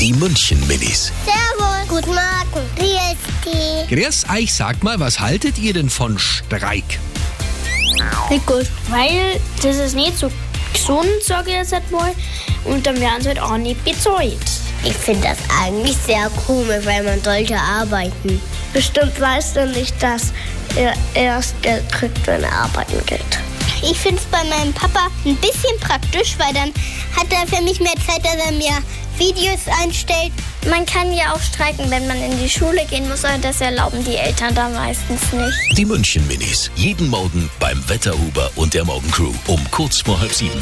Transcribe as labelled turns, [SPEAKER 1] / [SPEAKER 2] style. [SPEAKER 1] Die München Minis.
[SPEAKER 2] Servus. Guten Morgen. Wie
[SPEAKER 1] Grüß euch, sag mal, was haltet ihr denn von Streik?
[SPEAKER 2] Nicht gut.
[SPEAKER 3] Weil das ist nicht so gesund, sage ich jetzt halt mal. Und dann werden sie halt auch nicht bezahlt.
[SPEAKER 2] Ich finde das eigentlich sehr komisch, weil man sollte arbeiten. Bestimmt weißt du nicht, dass er erst Geld kriegt, wenn er arbeiten geht. Ich finde es bei meinem Papa ein bisschen praktisch, weil dann hat er für mich mehr Zeit, dass er mir Videos einstellt. Man kann ja auch streiken, wenn man in die Schule gehen muss, aber das erlauben die Eltern dann meistens nicht.
[SPEAKER 1] Die München Minis. Jeden Morgen beim Wetterhuber und der Morgencrew um kurz vor halb sieben.